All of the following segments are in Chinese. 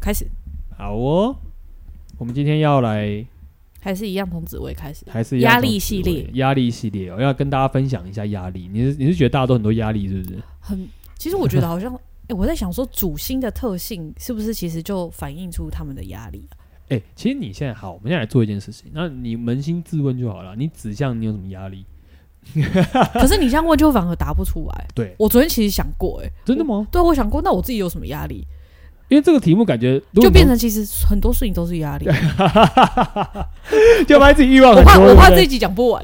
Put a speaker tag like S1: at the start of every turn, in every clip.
S1: 开始，
S2: 好哦，我们今天要来
S1: 还是一样从紫薇开始。
S2: 还是一样
S1: 压力
S2: 从
S1: 系
S2: 紫
S1: 列
S2: 薇，压力系列、哦，要跟大家分享一下压力。你是你是觉得大家都很多压力是不是？
S1: 很，其实我觉得好像，哎、我在想说主星的特性是不是其实就反映出他们的压力啊、
S2: 哎、其实你现在好，我们现在来做一件事情，那你扪心自问就好了，你指向你有什么压力？
S1: 可是你这样问就反而答不出来。
S2: 对，
S1: 我昨天其实想过、哎，
S2: 真的吗？
S1: 对我想过，那我自己有什么压力？
S2: 因为这个题目感觉如果
S1: 就
S2: 你
S1: 变成其实很多事情都是压力。
S2: 从 就发现自己欲望
S1: 我
S2: 很
S1: 怕
S2: 多，
S1: 我怕
S2: 对不
S1: 自
S2: 对
S1: 己讲不完。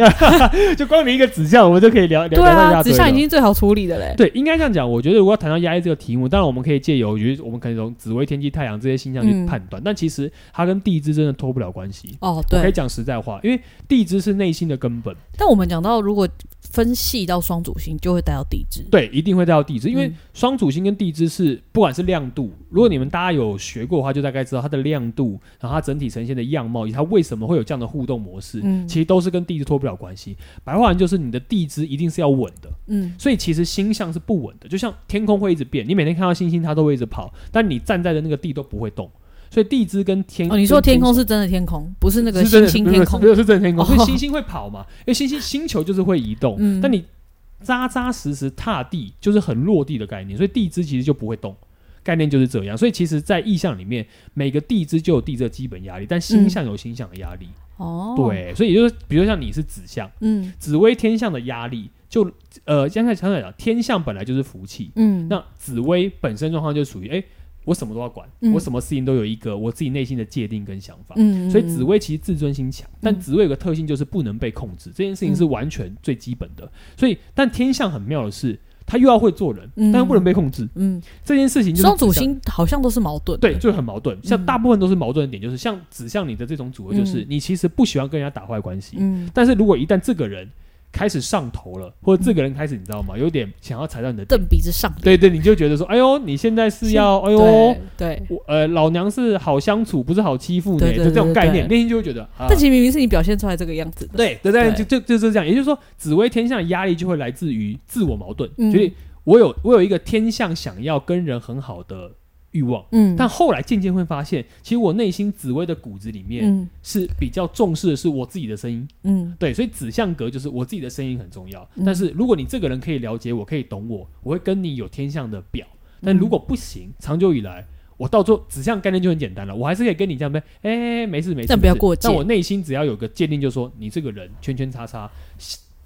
S2: 就光你一个指向，我们就可以聊聊
S1: 对
S2: 聊到一
S1: 啊，
S2: 大
S1: 纸
S2: 堆
S1: 上已
S2: 了
S1: 经最好处理的嘞。
S2: 对，应该这样讲。我觉得如果要谈到压力这个题目，当然我们可以借由，于我们可以从紫微、天机、太阳这些星象去
S1: 嗯
S2: 判断，但其实它跟地支真的脱不了关系。
S1: 哦，
S2: 我可以
S1: 对。
S2: 讲实在话，因为地支是内心的根本，
S1: 但我们讲到如果分析到双主星，就会带到地支。
S2: 对，一定会带到地支，因为
S1: 嗯
S2: 双主星跟地支是不管是亮度，如果你们大家有学过的话，就大概知道它的亮度，然后它整体呈现的样貌，以及它为什么会有这样的互动模式，
S1: 嗯
S2: 其实都是跟地支脱不了关系。白话文就是你的地支一定是要稳的，
S1: 嗯，
S2: 所以其实星象是不稳的，就像天空会一直变，你每天看到星星它都会一直跑，但你站在的那个地都不会动。所以地支跟天
S1: 哦，你说
S2: 跟
S1: 天空是真的天空，不是那个
S2: 嗯是真
S1: 星星
S2: 的没有
S1: 天空
S2: 没。有是真的天空，
S1: 哦
S2: 所以星星会跑嘛，因为星星星球就是会移动，
S1: 嗯
S2: 但你扎扎实实踏地就是很落地的概念，所以地支其实就不会动。概念就是这样，所以其实，在意象里面，每个地支就有地支的基本压力，但星象有星象的压力。
S1: 嗯哦，，
S2: 对，所以也就是，比如像你是子象，
S1: 嗯
S2: 紫微天象的压力，就呃，现在想想讲，天象本来就是福气，
S1: 嗯，
S2: 那紫薇本身状况就属于，哎、我什么都要管，
S1: 嗯
S2: 我什么事情都有一个我自己内心的界定跟想法。
S1: 嗯，
S2: 所以紫薇其实自尊心强，但
S1: 嗯
S2: 紫薇有个特性就是不能被控制，这件事情是完全最基本的。所以，但天象很妙的是，他又要会做人，
S1: 嗯
S2: 但又不能被控制，
S1: 嗯，
S2: 这件事情就是
S1: 双主
S2: 指向。
S1: 星好像都是矛盾。
S2: 对，，就很矛盾。像
S1: 嗯
S2: 大部分都是矛盾的点，就是像指向你的这种组合，就是
S1: 嗯
S2: 你其实不喜欢跟人家打坏关系，
S1: 嗯，
S2: 但是如果一旦这个人开始上头了，或者这个人开始你知道
S1: 嗯
S2: 吗，有点想要踩到你的点，
S1: 蹬鼻子上。
S2: 对对，你就觉得说，哎呦，你现在是要，哎呦
S1: 对，对。
S2: 我呃，老娘是好相处，不是好欺负呢，
S1: 对对
S2: 就这种
S1: 对对
S2: 概念，
S1: 对
S2: 内心就会觉得啊。
S1: 但其实明明是你表现出来这个样子的。
S2: 对对对，
S1: 对
S2: 就就就是这样。也就是说，紫薇天象的压力就会来自于自我矛盾，
S1: 嗯
S2: 所以我有我有一个天象想要跟人很好的欲望，
S1: 嗯，
S2: 但后来渐渐会发现，其实我内心紫薇的骨子里面
S1: 嗯
S2: 是比较重视的是我自己的声音。
S1: 嗯
S2: 对，所以指向格就是我自己的声音很重要。
S1: 嗯
S2: 但是如果你这个人可以了解我，可以懂我，我会跟你有天象的表。但如果不行，长久以来，我到最后指向概念就很简单了，我还是可以跟你这样呗，哎、没事没事，
S1: 但不要
S2: 没事
S1: 过界
S2: 但我内心只要有个界定，就说你这个人圈圈叉叉，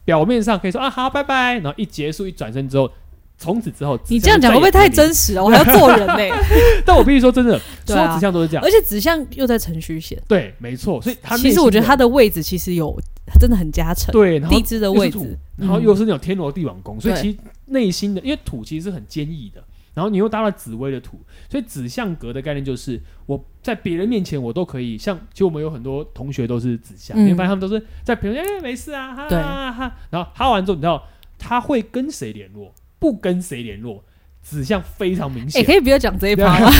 S2: 表面上可以说啊好拜拜，然后一结束一转身之后，从此之后
S1: 你这样讲会不会太？真实哦了？我还要做 人呢。
S2: 指向再也不理但我必须说真的，所
S1: 对
S2: 有
S1: 啊
S2: 指向都是这样。
S1: 而且指向又在程序线，
S2: 对，没错，所以他内
S1: 其实
S2: 心
S1: 我觉得
S2: 的
S1: 他的位置其实有真的很加成。
S2: 对，然后
S1: 地支的
S2: 又是
S1: 位
S2: 土
S1: 置，
S2: 然后
S1: 嗯
S2: 又是那种天罗地网宫，所以
S1: 对
S2: 其实内心的，因为土其实是很坚毅的，然后你又搭了紫薇的土，所以子相格的概念就是我在别人面前我都可以，像其实我们有很多同学都是子相，
S1: 嗯
S2: 你会发现他们都是在别人哎没事啊，哈
S1: 对
S2: 哈哈，然后哈完之后，你知道他会跟谁联络，不跟谁联络。指向非常明
S1: 哎、
S2: 显，
S1: 可以不要讲这一趴
S2: 啊
S1: 吗？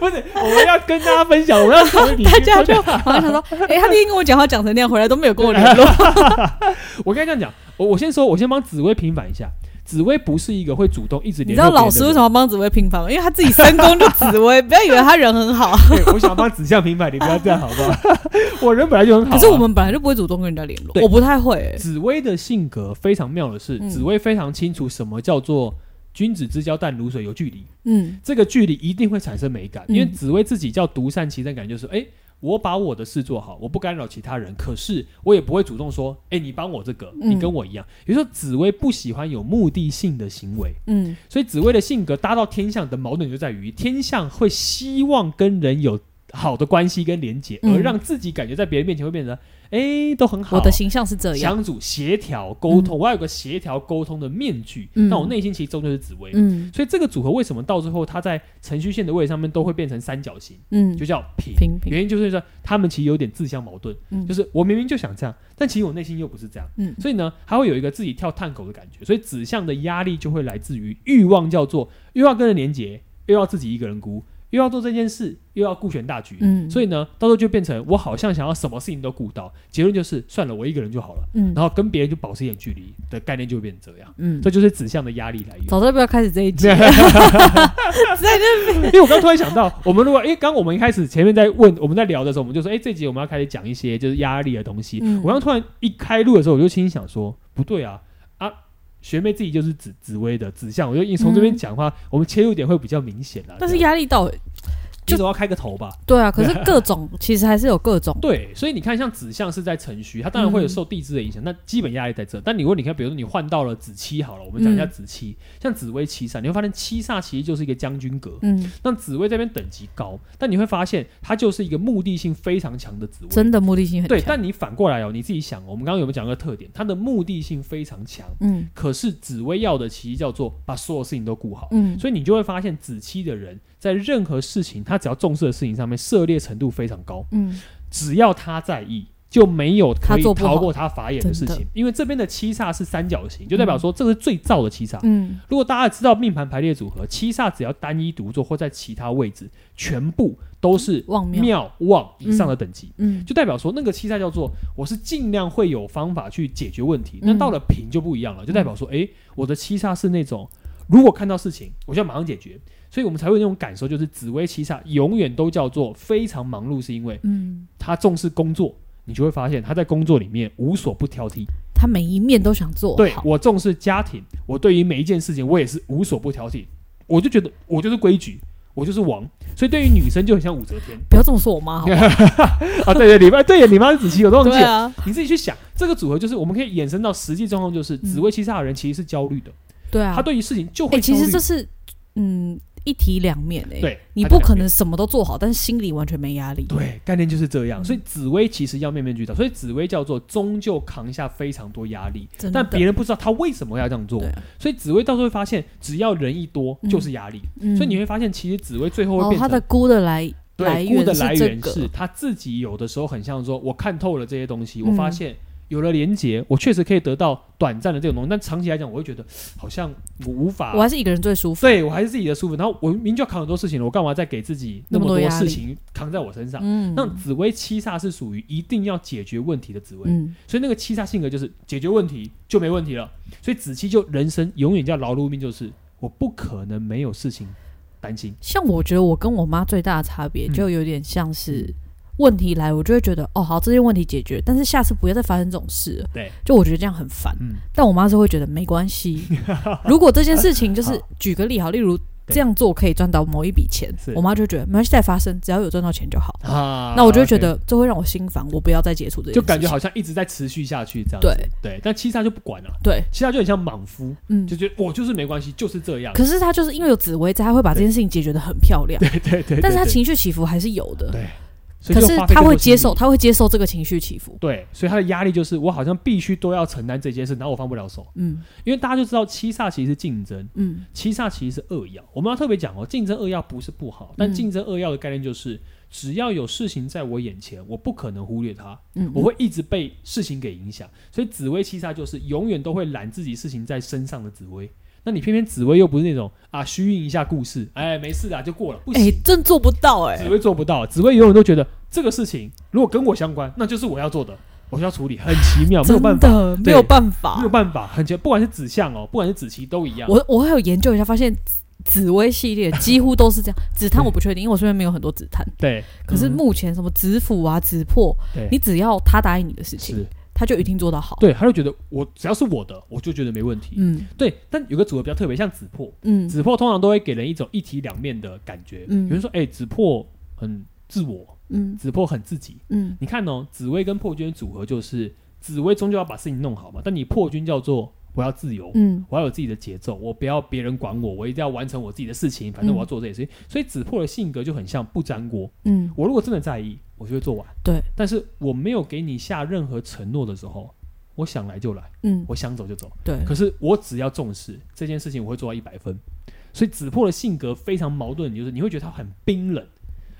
S2: 不是我们要跟大家分享，我们要从你
S1: 大家就好像想说，哎、他那天跟我讲话讲成那样，回来都没有跟我联 络。
S2: 我跟你这样讲，我我先说，我先帮紫薇平反一下，紫薇不是一个会主动一直
S1: 你知
S2: 联络别人的人。
S1: 道老师为什么要帮紫薇平反吗？因为他自己三公就紫薇， 不要以为他人很好，
S2: 对，我想帮指向平反，你不要这样好不好？我人本来就很好 啊、
S1: 可是我们本来就不会主动跟人家联络，
S2: 对
S1: 我不太会、欸
S2: 紫薇的性格非常妙的是，
S1: 嗯
S2: 紫薇非常清楚什么叫做君子之交淡如水，有距离。
S1: 嗯
S2: 这个距离一定会产生美感，因为
S1: 嗯
S2: 紫薇自己叫独善其身，感觉就是哎。诶我把我的事做好，我不干扰其他人，可是我也不会主动说，哎、你帮我这个，
S1: 嗯
S2: 你跟我一样。比如说，紫薇不喜欢有目的性的行为，
S1: 嗯
S2: 所以紫薇的性格搭到天象的矛盾就在于，天象会希望跟人有好的关系跟连结，
S1: 嗯
S2: 而让自己感觉在别人面前会变成，哎、都很好，
S1: 我的形象是这样。
S2: 相处、协调、沟通，我要有个协调沟通的面具，
S1: 嗯
S2: 但我内心其实终究是紫薇。
S1: 嗯
S2: 所以这个组合为什么到最后它在程序线的位置上面都会变成三角形，
S1: 嗯
S2: 就，叫平？
S1: 平平，
S2: 原因就是说他们其实有点自相矛盾，
S1: 嗯
S2: 就是我明明就想这样，但其实我内心又不是这样。
S1: 嗯
S2: 所以呢，还会有一个自己跳探口的感觉，所以指向的压力就会来自于欲望，叫做欲望跟人连结，又要自己一个人孤，又要做这件事，又要顾全大局，
S1: 嗯，
S2: 所
S1: 以
S2: 以呢，到时候就变成我好像想要什么事情都顾到，结论就是算了，我一个人就好了，
S1: 嗯
S2: 然后跟别人就保持一点距离的概念就会变成这样，
S1: 嗯
S2: 这，就是指向的压力来源。
S1: 早知道不要开始这 一集，
S2: 因为我刚突然想到，我们如果诶，刚、我们一开始前面在问我们在聊的时候，我们就说，诶，哎这集我们要开始讲一些就是压力的东西。
S1: 嗯
S2: 我刚突然一开录的时候，我就心里想说，不对啊啊，学妹自己就是紫紫薇的指向，我就你从这边讲话，我们切入点会比较明显啊。
S1: 嗯但是压力到
S2: 至少要开个头吧。
S1: 对啊，可是各种其实还是有各种，
S2: 对，所以你看，像子向是在辰戌，它当然会有受地支的影响，那基本压力在这。但你如果你看，比如说你换到了子期好了，我们讲一下
S1: 嗯
S2: 子期，像紫薇七煞，你会发现七煞其实就是一个将军格，
S1: 嗯，
S2: 那紫薇这边等级高，但你会发现它就是一个目的性非常强的紫薇。
S1: 真的目的性很
S2: 对，
S1: 强，
S2: 但你反过来哦，你自己想哦，我们刚刚有没有讲过特点？它的目的性非常强，
S1: 嗯
S2: 可是紫薇要的其实叫做把所有事情都顾好。
S1: 嗯，
S2: 所以你就会发现，紫期的人在任何事情，他只要重视的事情上面，涉猎程度非常高。
S1: 嗯
S2: 只要他在意，就没有可
S1: 他
S2: 以
S1: 做不好
S2: 逃过他法眼的事
S1: 真
S2: 情
S1: 的。
S2: 因为这边的七煞是三角形，就代表说这个是最燥的七煞。
S1: 嗯
S2: 如果大家知道命盘排列组合，七煞只要单一独坐或在其他位置，全部都是
S1: 望嗯庙
S2: 妙望以上的等级，
S1: 嗯
S2: 就代表说那个七煞叫做我是尽量会有方法去解决问题。
S1: 嗯
S2: 那到了平就不一样了，就代表说，诶，我的七煞是那种如果看到事情，我就要马上解决。所以我们才会有那种感受，就是紫薇七煞永远都叫做非常忙碌，是因为
S1: 嗯，
S2: 他重视工作，你就会发现他在工作里面无所不挑剔。
S1: 他每一面都想做
S2: 对
S1: 好，
S2: 我重视家庭，我对于每一件事情我也是无所不挑剔。我就觉得我就是规矩，我就是王，所以对于女生就很像武则天
S1: 不要这么说我妈好吗，
S2: 啊。对对，你妈对呀，你妈是子琪，我都忘记
S1: 对
S2: 了。
S1: 啊，
S2: 你自己去想，这个组合就是我们可以衍生到实际状况，就是紫薇七煞的人其实是焦虑的，
S1: 对啊
S2: 他，对于事情就
S1: 哎，
S2: 会焦
S1: 其
S2: 虑。
S1: 实这是嗯一体两面哎，
S2: 对，
S1: 你
S2: 他
S1: 不
S2: 就
S1: 可能什么都做好，但是心里完全没压力，
S2: 对，概念就是这样，所以紫薇其实要面面俱到，所以紫薇叫做终究扛下非常多压力，
S1: 真的
S2: 但别人不知道他为什么要这样做
S1: 对啊，
S2: 所以紫薇到时候会发现，只要人一多
S1: 嗯
S2: 就是压力，
S1: 嗯，
S2: 所以你会发现，其实紫薇最后会
S1: 哦，
S2: 变
S1: 他
S2: 成、
S1: 的菇的来来
S2: 对孤的
S1: 源是
S2: 来
S1: 这
S2: 源
S1: 个
S2: 是他自己有的时候很像说，我看透了这些东西，
S1: 嗯
S2: 我发现。有了连结，我确实可以得到短暂的这种东西，但长期来讲，我会觉得好像我无法，
S1: 我还是一个人最舒服，
S2: 对我还是自己的舒服。然后我明明就要扛很多事情了，我干嘛再给自己那么
S1: 那么多
S2: 多
S1: 压力
S2: 事情扛在我身上？
S1: 嗯
S2: 啊那紫薇七煞是属于一定要解决问题的紫薇，
S1: 嗯
S2: 所以那个七煞性格就是解决问题就没问题了。所以子期就人生永远叫劳碌命，就是我不可能没有事情担心。
S1: 像我觉得我跟我妈最大的差别，
S2: 嗯
S1: 就有点像是问题来，我就会觉得哦，好，这些问题解决，但是下次不要再发生这种事了。
S2: 对，
S1: 就我觉得这样很烦。
S2: 嗯，
S1: 但我妈是会觉得没关 系，如果这件事情就是
S2: 好
S1: 举个例好，例如
S2: 对
S1: 这样做可以赚到某一笔钱
S2: 是，
S1: 我妈就觉得没关系，再发生，只要有赚到钱就好。
S2: 啊
S1: 那我就会觉得这会让我心烦，我不要再接触这
S2: OK，
S1: 件事
S2: 就
S1: 情，
S2: 感觉好像一直在持续下去这样子。
S1: 对
S2: 对，但七煞就不管了、
S1: 对，
S2: 七煞就很像莽夫，
S1: 嗯
S2: 就。觉得我就是没关系，就是这样。
S1: 可是她就是因为有紫薇在，她会把这件事情解决的很漂亮，
S2: 对 对对，
S1: 但是她
S2: 对
S1: 情绪起伏还是有的。
S2: 对，所以
S1: 可
S2: 就是花费
S1: 她
S2: 更多
S1: 会接
S2: 心
S1: 受，
S2: 力。
S1: 她会接受这个情绪起伏。
S2: 对，所以他的压力就是我好像必须都要承担这件事，然后我放不了手，
S1: 嗯
S2: 因为大家就知道七煞其实是竞争，
S1: 嗯
S2: 七煞其实是恶药，我们要特别讲哦，竞争恶药不是不好，但
S1: 嗯
S2: 竞争恶药的概念就是，只要有事情在我眼前，我不可能忽略它，
S1: 嗯，
S2: 我会一直被事情给影响。所以紫薇七煞就是永远都会揽自己事情在身上的紫薇。那你偏偏紫薇又不是那种啊虚应一下故事，哎没事啦就过了，不
S1: 哎、
S2: 行，
S1: 真做不到哎、
S2: 紫薇做不到，紫薇永远都觉得这个事情如果跟我相关，那就是我要做的，我需要处理，很奇妙，没有
S1: 真
S2: 办法，
S1: 的
S2: 对
S1: 没有办法
S2: 没有。办法，很奇，不管是子相哦，不管是子期都一样。
S1: 我我还有研究一下，发现紫紫薇系列几乎都是这样。紫檀我不确定，因为我身边没有很多紫檀。
S2: 对，
S1: 可是
S2: 嗯
S1: 目前什么紫府啊、紫破，
S2: 对
S1: 你只要他答应你的事
S2: 是
S1: 情，他就一定做到好。
S2: 对，他就觉得我只要是我的，我就觉得没问题。
S1: 嗯
S2: 对，但有个组合比较特别，像紫破，
S1: 嗯
S2: 紫破通常都会给人一种一体两面的感觉。
S1: 嗯
S2: 有人说，哎、紫破很自我，
S1: 嗯
S2: 紫破很自己。
S1: 嗯
S2: 你看哦，紫薇跟破军的组合就是，紫薇终究要把事情弄好嘛，但你破军叫做我要自由。
S1: 嗯
S2: 我要有自己的节奏，我不要别人管我，我一定要完成我自己的事情。反正我要做这些事情，所以紫破的性格就很像不粘锅。
S1: 嗯，
S2: 我如果真的在意，我就会做完。
S1: 对，
S2: 但是我没有给你下任何承诺的时候，我想来就来，
S1: 嗯
S2: 我想走就走。
S1: 对，
S2: 可是我只要重视这件事情，我会做到一百分。所以子破的性格非常矛盾，就是你会觉得他很冰冷，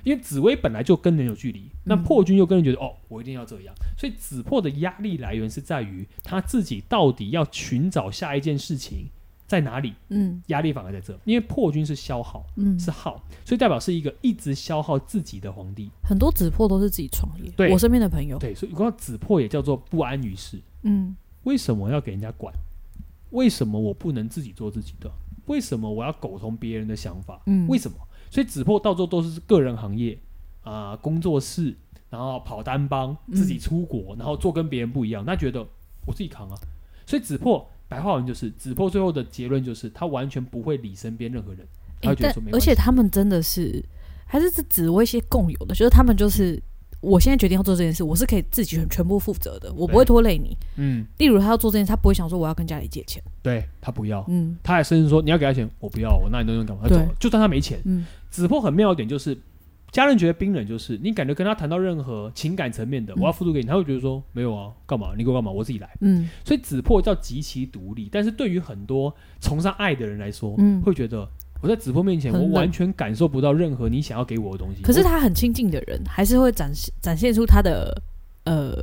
S2: 因为紫薇本来就跟人有距离，那破军又跟人觉得、哦，我一定要这样。所以子破的压力来源是在于他自己到底要寻找下一件事情。在哪里，
S1: 嗯
S2: 压力反而在这，因为破军是消耗，
S1: 嗯，
S2: 是啊耗，所以代表是一个一直消耗自己的皇帝。
S1: 很多子破都是自己创业，
S2: 对
S1: 我身边的朋友，
S2: 对，所以光子破也叫做不安于世。
S1: 嗯
S2: 为什么要给人家管？为什么我不能自己做自己的？为什么我要苟同别人的想法？
S1: 嗯，
S2: 为什么？所以子破到最后都是个人行业啊、工作室，然后跑单帮，
S1: 嗯
S2: 自己出国，然后做跟别人不一样，那觉得我自己扛啊。所以子破白话文就是子破最后的结论就是他完全不会理身边任何人，他
S1: 诶
S2: 会觉得说没
S1: 而
S2: 关系。
S1: 且他们真的是还是是紫薇一些共有的，就是他们就是我现在决定要做这件事，我是可以自己全全部负责的，我不会
S2: 对
S1: 拖累你。
S2: 嗯，
S1: 例如他要做这件事，他不会想说我要跟家里借钱，
S2: 对他不要，
S1: 嗯
S2: 他还甚至说你要给他钱，我不要，我拿你东西干嘛？他
S1: 对
S2: 走了，就算他没钱。
S1: 嗯
S2: 子破很妙的点就是，家人觉得冰冷就是你感觉跟他谈到任何情感层面的，
S1: 嗯
S2: 我要付出给你，他会觉得说没有啊，干嘛？你给我干嘛？我自己来。
S1: 嗯
S2: 所以子破叫极其独立，但是对于很多崇尚爱的人来说，
S1: 嗯
S2: 会觉得我在子破面前，
S1: 很
S2: 我
S1: 冷
S2: 完全感受不到任何你想要给我的东西。
S1: 可是
S2: 我
S1: 他很亲近的人，还是会展现展现出他的呃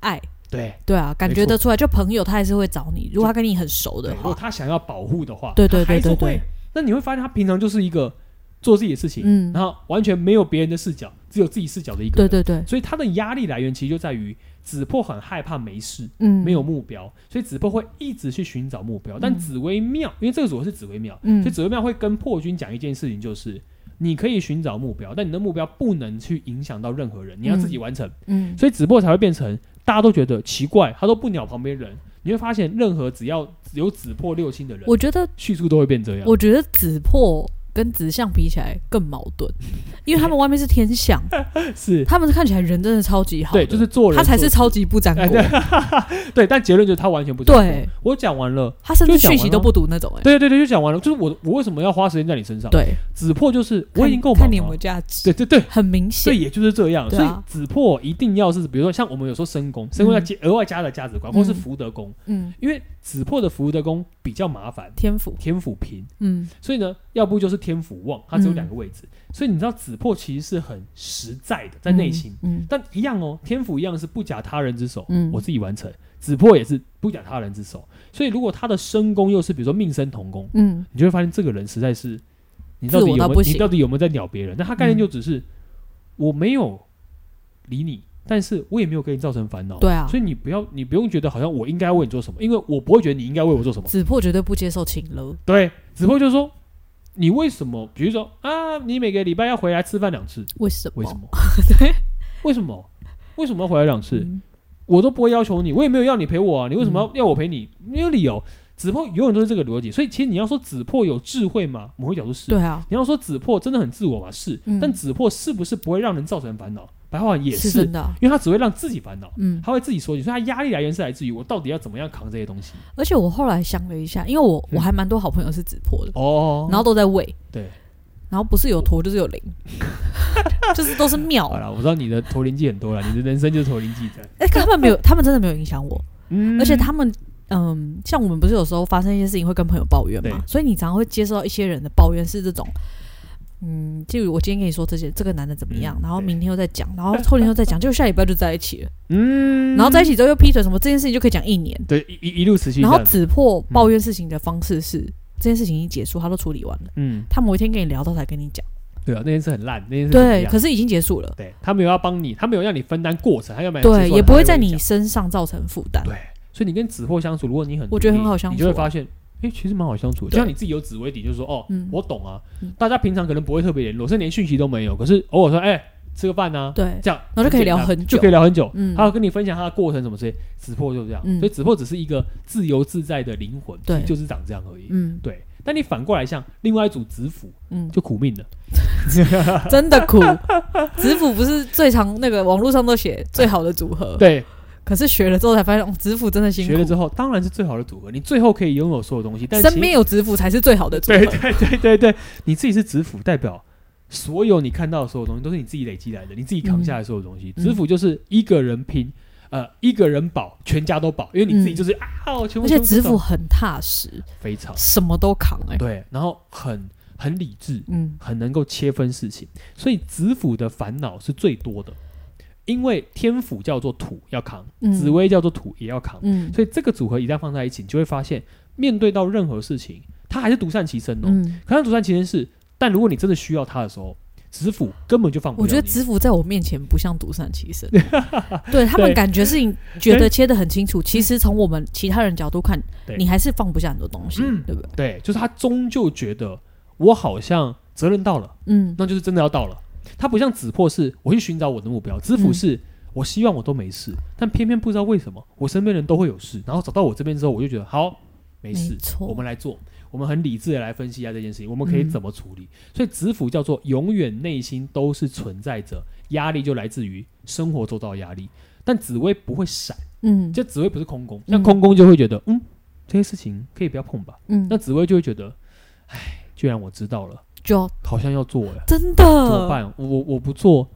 S1: 爱，
S2: 对
S1: 对啊，感
S2: 没
S1: 觉
S2: 错
S1: 得出来。就朋友他还是会找你，如果他跟你很熟
S2: 对，
S1: 的
S2: 如果
S1: 话，
S2: 他想要保护的话，
S1: 对对对
S2: 他还是
S1: 对对
S2: 会。那你会发现他平常就是一个做自己的事情，
S1: 嗯，
S2: 然后完全没有别人的视角，只有自己视角的一个
S1: 对
S2: 人。
S1: 对对，
S2: 所以他的压力来源其实就在于子破很害怕没事，
S1: 嗯，
S2: 没有目标，所以子破会一直去寻找目标。但
S1: 嗯
S2: 紫微庙，因为这个组合是紫微庙，
S1: 嗯
S2: 所以紫微庙会跟破军讲一件事情，就是你可以寻找目标，但你的目标不能去影响到任何人，你要自己完成。
S1: 嗯，
S2: 所以子破才会变成大家都觉得奇怪，他都不鸟旁边人。你会发现，任何只要有子破六星的人，
S1: 我觉得
S2: 叙述都会变这样。
S1: 我觉得紫破跟紫象比起来更矛盾，因为他们外面是天象，
S2: 是
S1: 他们看起来人真的超级好的，
S2: 对，就是做人
S1: 他才
S2: 做
S1: 是
S2: 事
S1: 超级不沾
S2: 哎
S1: 锅，
S2: 对 对，但结论就是他完全不沾
S1: 对
S2: 锅。我讲完了，
S1: 他甚至
S2: 就讲
S1: 讯
S2: 完
S1: 息都
S2: 了
S1: 不读那种，哎，哎
S2: 对对对，就讲完了。就是我我为什么要花时间在你身上？
S1: 对，
S2: 子破就是我
S1: 看
S2: 已经够忙
S1: 看你有没有
S2: 了。
S1: 价值，
S2: 对对对，
S1: 很明
S2: 所以
S1: 显，
S2: 也就是这样，
S1: 对
S2: 所以
S1: 啊
S2: 子破一定要是，比如说像我们有时候申宫，申宫要加额外加的价值观，或是
S1: 嗯
S2: 福德宫，
S1: 嗯，
S2: 因为子破的福德宫比较麻烦，
S1: 天赋，
S2: 天府平，
S1: 嗯
S2: 所以呢，要不就是天府旺，它只有
S1: 嗯
S2: 两个位置，所以你知道子破其实是很实在的，在内心，
S1: 嗯，
S2: 但一样哦，天府一样是不假他人之手，
S1: 嗯
S2: 我自己完成，子破也是不假他人之手，所以如果他的身宫又是比如说命生同宫，
S1: 嗯
S2: 你就会发现这个人实在是，你到
S1: 自
S2: 底
S1: 我
S2: 有
S1: 到
S2: 没有
S1: 不
S2: 你
S1: 行
S2: 到底有没有在鸟别人？那他概念
S1: 嗯
S2: 就只是、我没有理你，但是我也没有给你造成烦恼。
S1: 嗯，对啊，
S2: 所以你不要你不用觉得好像我应该为你做什么，因为我不会觉得你应该为我做什么。
S1: 紫破绝对不接受情了，
S2: 对，只会就是说你为什么？比如说啊，你每个礼拜要回来吃饭两次，
S1: 为什么？
S2: 为什么？ 为什么？为什么要回来两次？
S1: 哦嗯
S2: 我都不会要求你，我也没有要你陪我啊，你为什么要、要我陪你？没有理由。子破永远都是这个逻辑，所以其实你要说子破有智慧吗？某一角度是，
S1: 对啊，
S2: 你要说子破真的很自我嘛？是，
S1: 嗯
S2: 但子破是不是不会让人造成烦恼？白话文也是，
S1: 是真的啊，
S2: 因为他只会让自己烦恼，
S1: 嗯，
S2: 他会自己说你，所以他压力来源是来自于我到底要怎么样扛这些东西。
S1: 而且我后来想了一下，因为我我
S2: 嗯
S1: 还蛮多好朋友是紫破的，
S2: 哦
S1: 然后都在喂，
S2: 对，
S1: 然后不是有驼就是有零， 就是都是庙
S2: 好。了，我知道你的驼铃记很多了，你的人生就是驼铃记的。
S1: 哎、可他们没有，他们真的没有影响我，
S2: 嗯
S1: 而且他们。嗯，像我们不是有时候发生一些事情会跟朋友抱怨嘛
S2: 对，
S1: 所以你常常会接受到一些人的抱怨是这种，嗯，就我今天跟你说这些，这个男的怎么样，
S2: 嗯
S1: 然后
S2: 对
S1: 明天又再讲，然后后天又再讲，就下礼拜就在一起了，
S2: 嗯
S1: 然后在一起之后又劈腿什么，这件事情就可以讲一年，
S2: 对一一一路持续这
S1: 然后
S2: 样子，
S1: 只破抱怨事情的方式是、这件事情已经结束，他都处理完了，
S2: 嗯，
S1: 他某一天跟你聊到才跟你讲，
S2: 对啊，那件事很烂，那件事怎么
S1: 对，
S2: 样
S1: 可是已经结束了，
S2: 对他没有要帮你，他没有让你分担过程，他要买
S1: 对，也不会在你身上造成负担，
S2: 对，所以你跟子破相处，如果你很
S1: 我觉得
S2: 独立
S1: 很好相处啊
S2: 你就会发现，哎、其实蛮好相处
S1: 对
S2: 的。就像你自己有紫微底，就是说，哦，
S1: 嗯
S2: 我懂啊
S1: 嗯，
S2: 大家平常可能不会特别联络，甚至连讯息都没有，可是偶尔说，哎、吃个饭呐、
S1: 对，
S2: 这样，
S1: 然后就可以
S2: 很简单
S1: 聊很久
S2: 就可以聊很久。
S1: 嗯
S2: 他要跟你分享他的过程什么之类，子破就是这样，
S1: 嗯
S2: 所以子破只是一个自由自在的灵魂，
S1: 对
S2: 其实就是长这样而已。
S1: 嗯
S2: 对，但你反过来像另外一组子府
S1: 嗯，
S2: 就苦命了，
S1: 真的苦。子府不是最常那个网络上都写最好的组合，
S2: 对，
S1: 可是学了之后才发现，哦，子府真的呃辛苦。
S2: 学了之后当然是最好的组合，你最后可以拥有所有东西，但
S1: 身
S2: 其
S1: 边有子府才是最好的组合。
S2: 对对对对对，你自己是子府，代表所有你看到的所有东西都是你自己累积来的，你自己扛下来的所有东西。
S1: 嗯
S2: 子府就是一个人拼，呃，一个人保，全家都保，因为你自己就是、啊，我全部
S1: 而且
S2: 都知
S1: 子
S2: 道
S1: 府很踏实，
S2: 非常
S1: 什么都扛哎、
S2: 对，然后很很理智，
S1: 嗯，
S2: 很能够切分事情，所以子府的烦恼是最多的，因为天府叫做土要扛，
S1: 嗯
S2: 紫薇叫做土也要扛，
S1: 嗯
S2: 所以这个组合一旦放在一起，你就会发现，面对到任何事情，他还是独善其身哦。
S1: 嗯，
S2: 可他独善其身是，但如果你真的需要他的时候，子府根本就哦放不
S1: 我
S2: 了你。
S1: 觉得子府在我面前不像独善其身，对他们
S2: 对
S1: 感觉事情觉得切得很清楚，其实从我们其他人角度看
S2: 对，
S1: 你还是放不下很多东西，
S2: 嗯
S1: 对不对？
S2: 对，就是他终究觉得我好像责任到了，
S1: 嗯，
S2: 那就是真的要到了。他不像子破是我去寻找我的目标，子府
S1: 嗯
S2: 是、我希望我都没事，但偏偏不知道为什么我身边人都会有事，然后找到我这边之后，我就觉得好没事，
S1: 没错
S2: 我们来做，我们很理智的来分析一下这件事情，我们可以
S1: 嗯
S2: 怎么处理。所以子府叫做永远内心都是存在着压力，就来自于生活周遭的压力。但紫薇不会闪，
S1: 嗯，
S2: 这紫薇不是空宫，
S1: 嗯
S2: 像空宫就会觉得，嗯，这些事情可以不要碰吧。
S1: 嗯
S2: 那，紫薇就会觉得，哎，既然我知道了，
S1: 就
S2: 好像要做哎，
S1: 真
S2: 怎么
S1: 的，
S2: 办？我我我不做，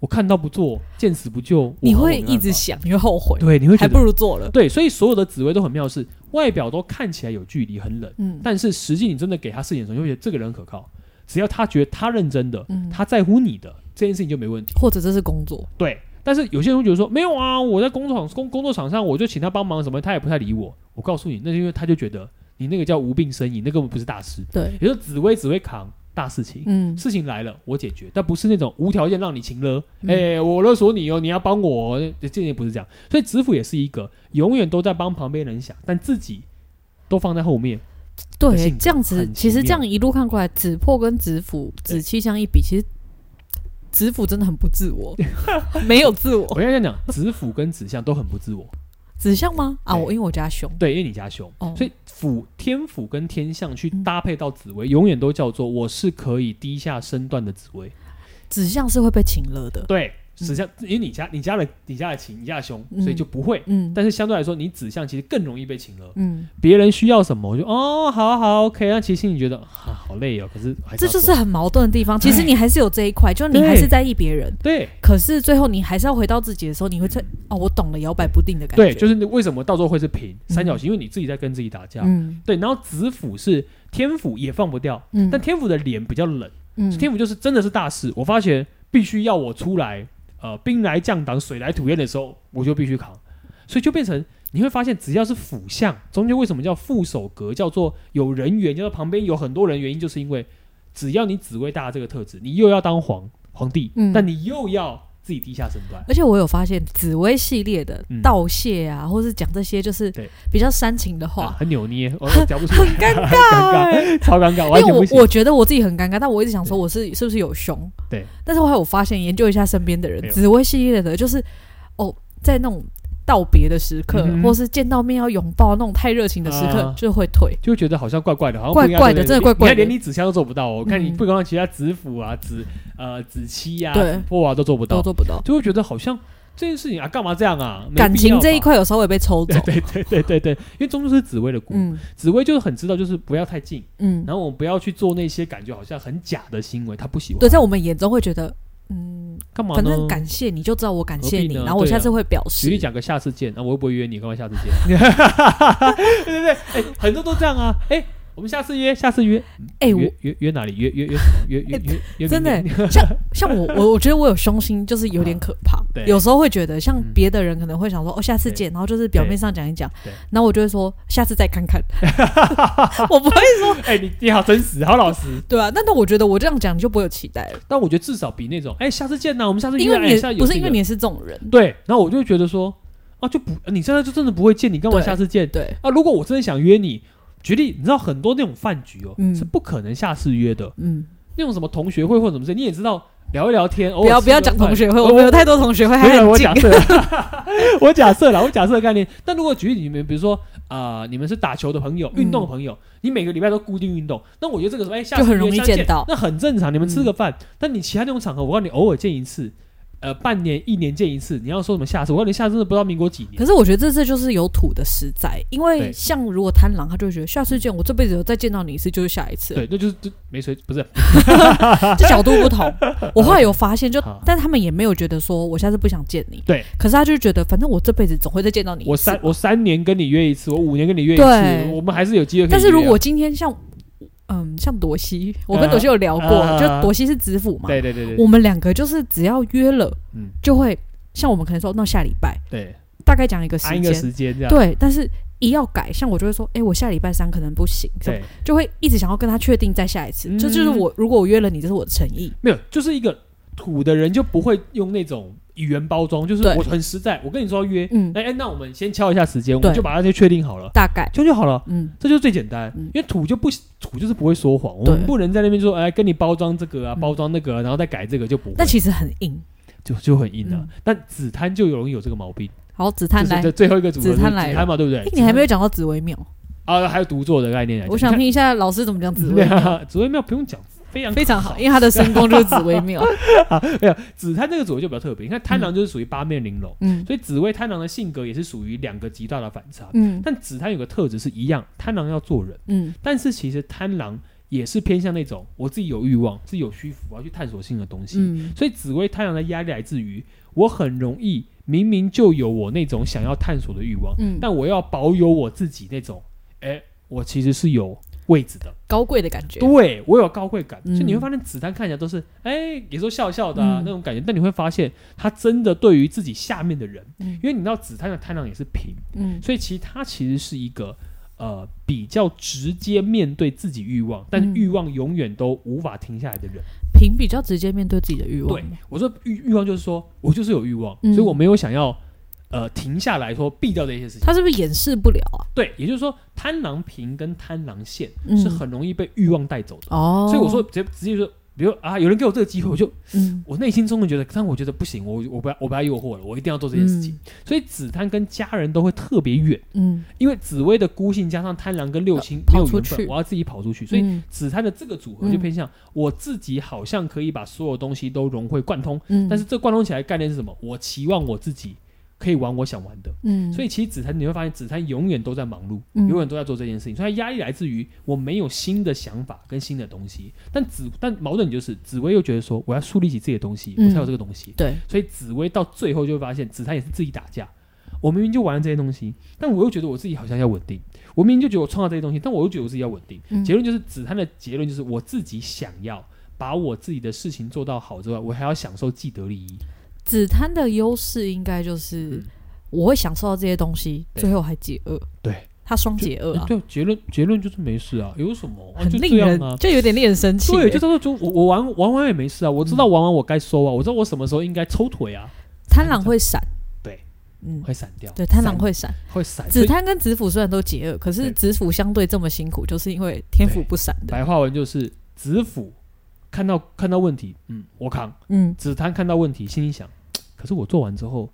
S2: 我看到不做，见死不救，我
S1: 你
S2: 我
S1: 会
S2: 没办法
S1: 一直想又后悔，
S2: 对，你会觉
S1: 还
S2: 得
S1: 不如做了。
S2: 对，所以所有的紫薇都很妙的是，外表都看起来有距离，很冷，
S1: 嗯，
S2: 但是实际你真的给他事情的时候，你会觉得这个人很可靠。只要他觉得他认真的，
S1: 嗯
S2: 他在乎你的这件事情就没问题。
S1: 或者这是工作，
S2: 对，但是有些人会觉得说，没有啊，我在工作场工工作场上，我就请他帮忙什么，他也不太理我。我告诉你，那是因为他就觉得你那个叫无病呻吟，那根本不是大事。
S1: 对，
S2: 也就是紫薇只会扛大事情，
S1: 嗯，
S2: 事情来了我解决，但不是那种无条件让你情勒，哎、
S1: 嗯
S2: 我勒索你哦，你要帮我哦，这这也不是这样。所以子府也是一个永远都在帮旁边人想，但自己都放在后面。
S1: 对
S2: 性，格
S1: 这样子
S2: 很
S1: 其实
S2: 奇
S1: 这
S2: 妙
S1: 样一路看过来，子破跟子府、子气相一比，其实子府真的很不自 我，没有自我。
S2: 我现在讲子府跟子相都很不自我，
S1: 子相吗？啊，
S2: 对
S1: 我因为我家凶，
S2: 对，因为你家凶，
S1: 哦
S2: 所以府天府跟天相去
S1: 嗯
S2: 搭配到紫薇，永远都叫做我是可以低下身段的紫薇。
S1: 子相是会被请了的。
S2: 对，子相因为你家你家的你家的情你家的凶，
S1: 嗯
S2: 所以就不会。
S1: 嗯
S2: 但是相对来说，你子相其实更容易被请了。
S1: 嗯，
S2: 别人需要什么，我就哦，好好，OK。那其实心里觉得啊，好累哦，可是还是
S1: 这
S2: 要
S1: 就是
S2: 做
S1: 很矛盾的地方。其实你还是有这一块，就是你还是在意别人，
S2: 对
S1: 可是最后你还是要回到自己的时候，你会在哦，我懂了，摇摆不定的感觉。
S2: 对，就是你为什么到最后会是平
S1: 嗯
S2: 三角形，因为你自己在跟自己打架。
S1: 嗯
S2: 对，然后子府是天府也放不掉，
S1: 嗯，
S2: 但天府的脸比较冷，
S1: 嗯
S2: 天府就是真的是大事，我发觉必须要我出来，呃，兵来将挡，水来土掩的时候，我就必须扛，所以就变成。你会发现，只要是辅相，中间为什么叫副手格，叫做有人缘，叫做旁边有很多人，原因就是因为只要你紫薇大这个特质，你又要当皇皇帝，
S1: 嗯
S2: 但你又要自己低下身段，
S1: 而且我有发现，紫薇系列的
S2: 嗯
S1: 道谢啊，或是讲这些就是
S2: 对
S1: 比较煽情的
S2: 啊
S1: 话，
S2: 很扭捏， 我我讲不出来，
S1: 很尴 尬、欸。
S2: 超尴尬，完
S1: 因
S2: 全
S1: 为
S2: 不
S1: 我
S2: 行。
S1: 我觉得我自己很尴尬，但我一直想说我是是不是有熊？
S2: 对。
S1: 但是后来我发现，研究一下身边的人
S2: 没，有
S1: 紫薇系列的，就是哦，在那种道别的时刻，
S2: 嗯哼
S1: 或是见到面要拥抱那种太热情的时刻，
S2: 啊
S1: 就会退。
S2: 就觉得好像怪怪的，好像
S1: 怪
S2: 不应该
S1: 怪的
S2: 做这
S1: 真的怪
S2: 个
S1: 怪的
S2: 你看连你子香都做不到、哦，我看你
S1: 嗯
S2: 不光其他子府啊、子呃子期呀、
S1: 对
S2: 子破啊都做不
S1: 都
S2: 到，
S1: 做不到，
S2: 就会觉得好像这件事情啊，干嘛这样啊？没必要
S1: 感情这一
S2: 吧，
S1: 块有稍微被抽走。
S2: 对对对对对，因为终究是紫薇的骨，
S1: 嗯
S2: 紫薇就是很知道，就是不要太近，
S1: 嗯，
S2: 然后我们不要去做那些感觉好像很假的行为，他不喜欢。
S1: 对，在我们眼中会觉得，嗯，
S2: 干嘛呢？
S1: 反正感谢你就知道我感谢
S2: 何必
S1: 你，
S2: 呢
S1: 然后我
S2: 对啊
S1: 下次会表
S2: 举例
S1: 示。
S2: 讲个下次见啊，我又不会约你，干嘛下 次见？ 对对对，哎、很多都这样啊，哎、我们下次约，下次约，
S1: 哎、我哎
S2: 约约约哪里？约约约什么？约约约约
S1: 真的欸
S2: 明天
S1: 像像我我我觉得我有凶心，就是有点可怕。
S2: 啊对
S1: 有时候会觉得像
S2: 嗯
S1: 别的人可能会想说、哦下次
S2: 对
S1: 见，然后就是表面上讲一讲
S2: 对，
S1: 然后我就会说下次再看 看。我不会说
S2: 哎、你你好真实，好老实。
S1: 对啊，但但我觉得我这样讲你就不会有期待了，
S2: 但我觉得至少比那种，哎、下次见呐、我们下次约
S1: 因为
S2: 啊，
S1: 你
S2: 哎
S1: 也、
S2: 下次有
S1: 不是
S2: 这
S1: 因为
S2: 个
S1: 你也是这种人，
S2: 对，然后我就觉得说，啊，就不，你现在就真的不会见，你干嘛
S1: 对
S2: 下次见？
S1: 对，
S2: 啊，如果我真的想约你，举例，你知道很多那种饭局哦，
S1: 嗯
S2: 是不可能下次约的，
S1: 嗯，
S2: 那种什么同学会或者什么事，你也知道聊一聊天，偶
S1: 不
S2: 尔
S1: 要
S2: 吃
S1: 不要
S2: 个
S1: 讲
S2: 饭
S1: 同学会，
S2: 哦
S1: 我们有太多同学会还
S2: 没有，啊
S1: 很
S2: 我
S1: 近
S2: 假，设， 我假设了，我假设的概念。但如果举例，你们比如说啊、你们是打球的朋友、
S1: 嗯
S2: 运动的朋友，你每个礼拜都固定运动，那我觉得这个时候，哎，下
S1: 就
S2: 次
S1: 很容易
S2: 约下次
S1: 见到
S2: 那很正常。你们吃个饭，但你其他那种场合，我告诉你，偶尔见一次，呃，半年、一年见一次，你要说什么下次？我告诉你，下次真的不知道民国几年
S1: 可。是我觉得这次就是有土的实在，因为
S2: 对
S1: 像如果贪狼，他就会觉得下次见，我这辈子有再见到你一次就是下一次了，
S2: 对，那就是就没谁不是
S1: 这角度不 同。我后来有发现就，
S2: 好
S1: 但他们也没有觉得说我下次不想见你。
S2: 对，
S1: 可是他就觉得，反正我这辈子总会再见到你一次
S2: 我三我三年跟你约一次，我五年跟你约一
S1: 对
S2: 次，我们还是有机会可以约啊。
S1: 但是如果今天像，嗯，像朵西，我跟朵西有聊过，
S2: 啊
S1: 就朵西是子府嘛，
S2: 对对对对
S1: 我们两个就是只要约了，
S2: 嗯
S1: 就会像我们可能说，那下礼拜
S2: 对，
S1: 大概讲一个时
S2: 安一个
S1: 间，
S2: 时间这样。啊
S1: 对，但是一要改，像我就会说，哎、我下礼拜三可能不行，这样
S2: 对，
S1: 就会一直想要跟他确定再下一次。
S2: 嗯
S1: 这就是我如果我约了你，这是我的诚意。
S2: 没有，就是一个土的人就不会用那种语言包装，就是
S1: 对
S2: 我很实在，我跟你说要约，
S1: 嗯，
S2: 哎哎，那我们先敲一下时间，我
S1: 对
S2: 们就把那些确定好了，
S1: 大概，
S2: 就就好了。
S1: 嗯，
S2: 这就是最简单
S1: 嗯，
S2: 因为土就不土就是不会说谎，我
S1: 对
S2: 们不能在那边说，哎，跟你包装这个啊，
S1: 嗯
S2: 包装那个啊，然后再改这个就不会
S1: 但，其实很硬。
S2: 就就很硬啊
S1: 嗯。
S2: 但紫檀就容易有这个毛病，
S1: 好，子探
S2: 就
S1: 来，
S2: 是这最后一个组合
S1: 紫
S2: 就是
S1: 檀
S2: 紫
S1: 来了
S2: 檀嘛，对不对
S1: 哎、？你还没有讲到紫微庙，
S2: 啊，还有独坐的概念来讲，
S1: 我想
S2: 你
S1: 听一下老师怎么讲紫微庙，
S2: 看对啊 紫薇庙不用讲，非常
S1: 非常好，因为他的身宫就是紫微 庙。
S2: 紫檀这个组合就比较特别，你看贪狼就是属于八面玲珑，
S1: 嗯
S2: 所以紫薇贪狼的性格也是属于两个极大的反差。
S1: 嗯
S2: 但紫檀有个特质是一样，贪狼要做人，
S1: 嗯
S2: 但是其实贪狼也是偏向那种我自己有欲望，是有虚浮，我要去探索新的东西。
S1: 嗯
S2: 所以紫薇贪狼的压力来自于我很容易明明就有我那种想要探索的欲望，
S1: 嗯，
S2: 但我要保有我自己那种，哎、我其实是有位置的，
S1: 高贵的感觉。
S2: 对我有高贵感，
S1: 嗯
S2: 所以你会发现子弹看起来都是哎，也都笑笑的、啊
S1: 嗯
S2: 那种感觉，但你会发现他真的对于自己下面的人，
S1: 嗯
S2: 因为你知道子弹的贪婪也是平，
S1: 嗯
S2: 所以其实他其实是一个呃比较直接面对自己欲望，但
S1: 嗯
S2: 欲望永远都无法停下来的人。
S1: 平比较直接面对自己的欲望。
S2: 对，我说欲欲望就是说我就是有欲望，
S1: 嗯
S2: 所以我没有想要呃停下来说避掉的一些事情。
S1: 他是不是掩饰不了啊？
S2: 对，也就是说贪狼平跟贪狼线
S1: 嗯
S2: 是很容易被欲望带走的。
S1: 哦，
S2: 所以我说，直接直接说。比如啊，有人给我这个机会，我就
S1: 嗯，
S2: 我内心中的觉得，但我觉得不行，我我不要我不要诱惑了，我一定要做这件事情。所以子贪跟家人都会特别远，
S1: 嗯，
S2: 因为紫薇的孤性加上贪狼跟六亲
S1: 跑
S2: 没有
S1: 呃跑
S2: 缘
S1: 出
S2: 分
S1: 去，
S2: 我要自己跑出去。所以
S1: 嗯
S2: 子贪的这个组合就偏向、我自己，好像可以把所有东西都融会贯通，
S1: 嗯，
S2: 但是这贯通起来的概念是什么？我期望我自己可以玩我想玩的。
S1: 嗯，
S2: 所以其实子贪你会发现，子贪永远都在忙碌，
S1: 嗯
S2: 永远都在做这件事情，所以他压力来自于我没有新的想法跟新的东西。但紫但矛盾就是紫薇又觉得说，我要树立起自己的东西，
S1: 嗯
S2: 我才有这个东西。
S1: 对，
S2: 所以紫薇到最后就会发现，紫檀也是自己打架。我明明就玩了这些东西，但我又觉得我自己好像要稳定。我明明就觉得我创造这些东西，但我又觉得我自己要稳定。
S1: 嗯
S2: 结论就是，紫檀的结论就是我自己想要把我自己的事情做到好之外，我还要享受既得利益。
S1: 紫檀的优势应该就是
S2: 嗯
S1: 我会享受到这些东西，
S2: 对
S1: 最后还解饿。
S2: 对，
S1: 他双解饿啊，
S2: 哎对，结论结论就是没事啊，有什么、啊、
S1: 很
S2: 就这
S1: 令
S2: 样
S1: 人
S2: 啊。
S1: 哦就有点令人生气欸。
S2: 对，就到时候就我我玩玩完也没事啊，我知道玩完我该收啊，我知道我什么时候应该抽腿啊，
S1: 贪狼会闪，
S2: 对，
S1: 嗯，
S2: 会散掉，
S1: 对，贪狼
S2: 闪
S1: 会闪。
S2: 会散。
S1: 紫
S2: 啊所以
S1: 檀跟紫府虽然都解饿，可是
S2: 对
S1: 紫府相对这么辛苦，就是因为天府
S2: 对
S1: 不闪的。
S2: 白话文就是子府看到看到问题，嗯，我扛；
S1: 嗯，
S2: 子贪看到问题，心里想，可是我做完之后，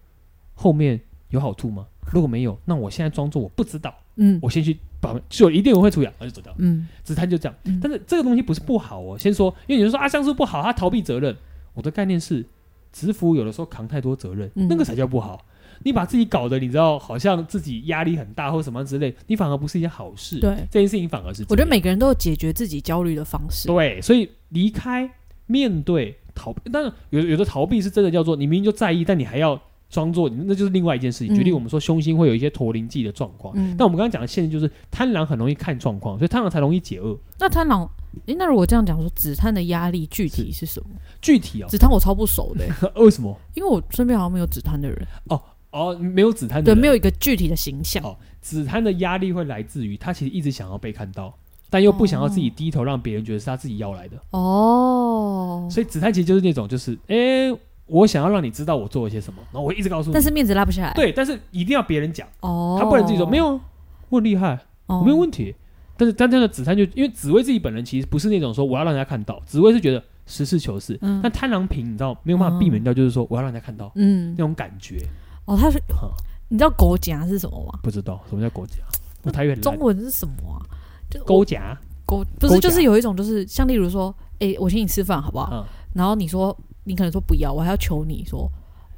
S2: 后面有好处吗？如果没有，那我现在装作我不知道，
S1: 嗯
S2: 我先去把就一定有人会处理，然后就走掉了。
S1: 嗯
S2: 子贪就这样
S1: 嗯，
S2: 但是这个东西不是不好哦。先说，因为有人说啊，像素不好，他逃避责任。我的概念是，子府有的时候扛太多责任，
S1: 嗯
S2: 那个才叫不好。你把自己搞得你知道，好像自己压力很大或什么之类，你反而不是一件好事。
S1: 对
S2: 这件事情反而是这样
S1: 我觉得每个人都有解决自己焦虑的方式。
S2: 对，所以离开、面对、逃避，但是有有的逃避是真的叫做你明明就在意，但你还要装作，那就是另外一件事
S1: 嗯
S2: 情。举例，我们说凶星会有一些驼铃记的状况，
S1: 嗯，
S2: 但我们刚刚讲的现实就是贪婪很容易看状况，所以贪婪才容易解厄。
S1: 那贪狼，诶，那如果这样讲说，紫檀的压力具体是什么？
S2: 具体哦，呃
S1: 紫檀我超不熟的 欸、
S2: 为什么？
S1: 因为我身边好像没有紫檀的人，
S2: 哦，没有紫贪的
S1: 对，
S2: 人，
S1: 没有一个具体的形象。
S2: 哦紫贪的压力会来自于他其实一直想要被看到，但又不想要自己低头，让别人觉得是他自己要来的。
S1: 哦，
S2: 所以紫贪其实就是那种，就是诶，我想要让你知道我做了些什么，然后我一直告诉你
S1: 但，是面子拉不下来。，
S2: 对，但是一定要别人讲。
S1: 哦，
S2: 他不能自己说没，有，我很厉害，
S1: 哦
S2: 我没有问题。但是但真的紫檀就因为紫薇自己本人其实不是那种说我要让人家看到，紫薇是觉得实事求是。
S1: 嗯
S2: 但贪狼平你知道没有办法避免掉，就是说我要让人家看到
S1: 嗯
S2: 那，种感觉。
S1: 哦，他是
S2: 哈，
S1: 你知道狗夹是什么吗？
S2: 不知道什么叫狗夹，我台语很
S1: 中
S2: 烂。
S1: 文是什么啊？就
S2: 勾夹，
S1: 狗不是
S2: 勾夹
S1: 就是有一种就是像例如说，诶，我请你吃饭好不好？
S2: 嗯，
S1: 然后你说你可能说不要，我还要求你说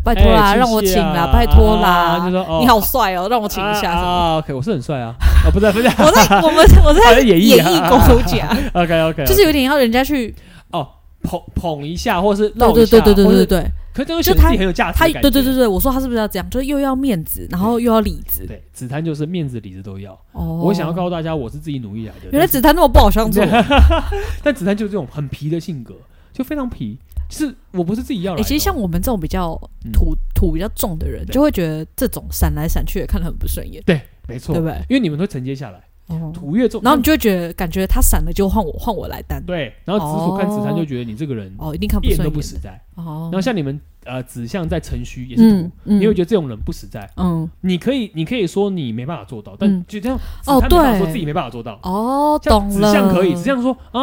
S1: 拜托啦，
S2: 哎
S1: 让我
S2: 谢
S1: 请
S2: 谢啊
S1: 啦，拜托啦，
S2: 啊就说哦
S1: 你好帅哦，让我请一下
S2: 啊
S1: 什么。
S2: 啊，OK，我是很帅啊，啊，不是不是
S1: 我在我们我
S2: 好
S1: 在
S2: 像演
S1: 演
S2: 绎
S1: 绎
S2: 啊
S1: 狗 甲，
S2: ，OK OK，
S1: 就是有点要人家去
S2: 哦捧捧一下，或是
S1: 对
S2: 露
S1: 对
S2: 一
S1: 对
S2: 下，
S1: 对对
S2: 或
S1: 对
S2: 是，
S1: 对，
S2: 可是这
S1: 就
S2: 样显得
S1: 他
S2: 自己很有价值
S1: 他
S2: 的
S1: 对
S2: 感
S1: 对
S2: 觉，
S1: 对对，我说他是不是要这样，就是又要面子，然后又要里子。
S2: 对，紫檀就是面子里子都要。
S1: 哦，
S2: 我想要告诉大家，我是自己努力来的。
S1: 原来紫檀那么不好相处，哎、
S2: 但子弹就是这种很皮的性格，就非常皮。就是我不是自己要来的哦、
S1: 其实像我们这种比较
S2: 嗯
S1: 土、土比较重的人，
S2: 对
S1: 就会觉得这种闪来闪去的看得很不顺眼。
S2: 对没错
S1: 对，不对？
S2: 因为你们会承接下来。
S1: 哦
S2: 土月重，
S1: 然后你就会觉得感觉他闪了就换我换我来担，
S2: 对，然后子府看子山
S1: 哦
S2: 就觉得你这个人
S1: 哦，一定看不
S2: 一点
S1: 顺
S2: 都
S1: 眼
S2: 不
S1: 的
S2: 实在。
S1: 哦
S2: 然。后像你们呃子相在辰戌也是土，
S1: 嗯嗯，
S2: 你会觉得这种人不实在。
S1: 嗯
S2: 你可以你可以说你没办法做到，但
S1: 嗯
S2: 就这样子
S1: 哦
S2: 他没办法
S1: 对
S2: 说自己没办法做到。
S1: 哦，
S2: 像
S1: 懂
S2: 子
S1: 了，
S2: 相可以，子相说啊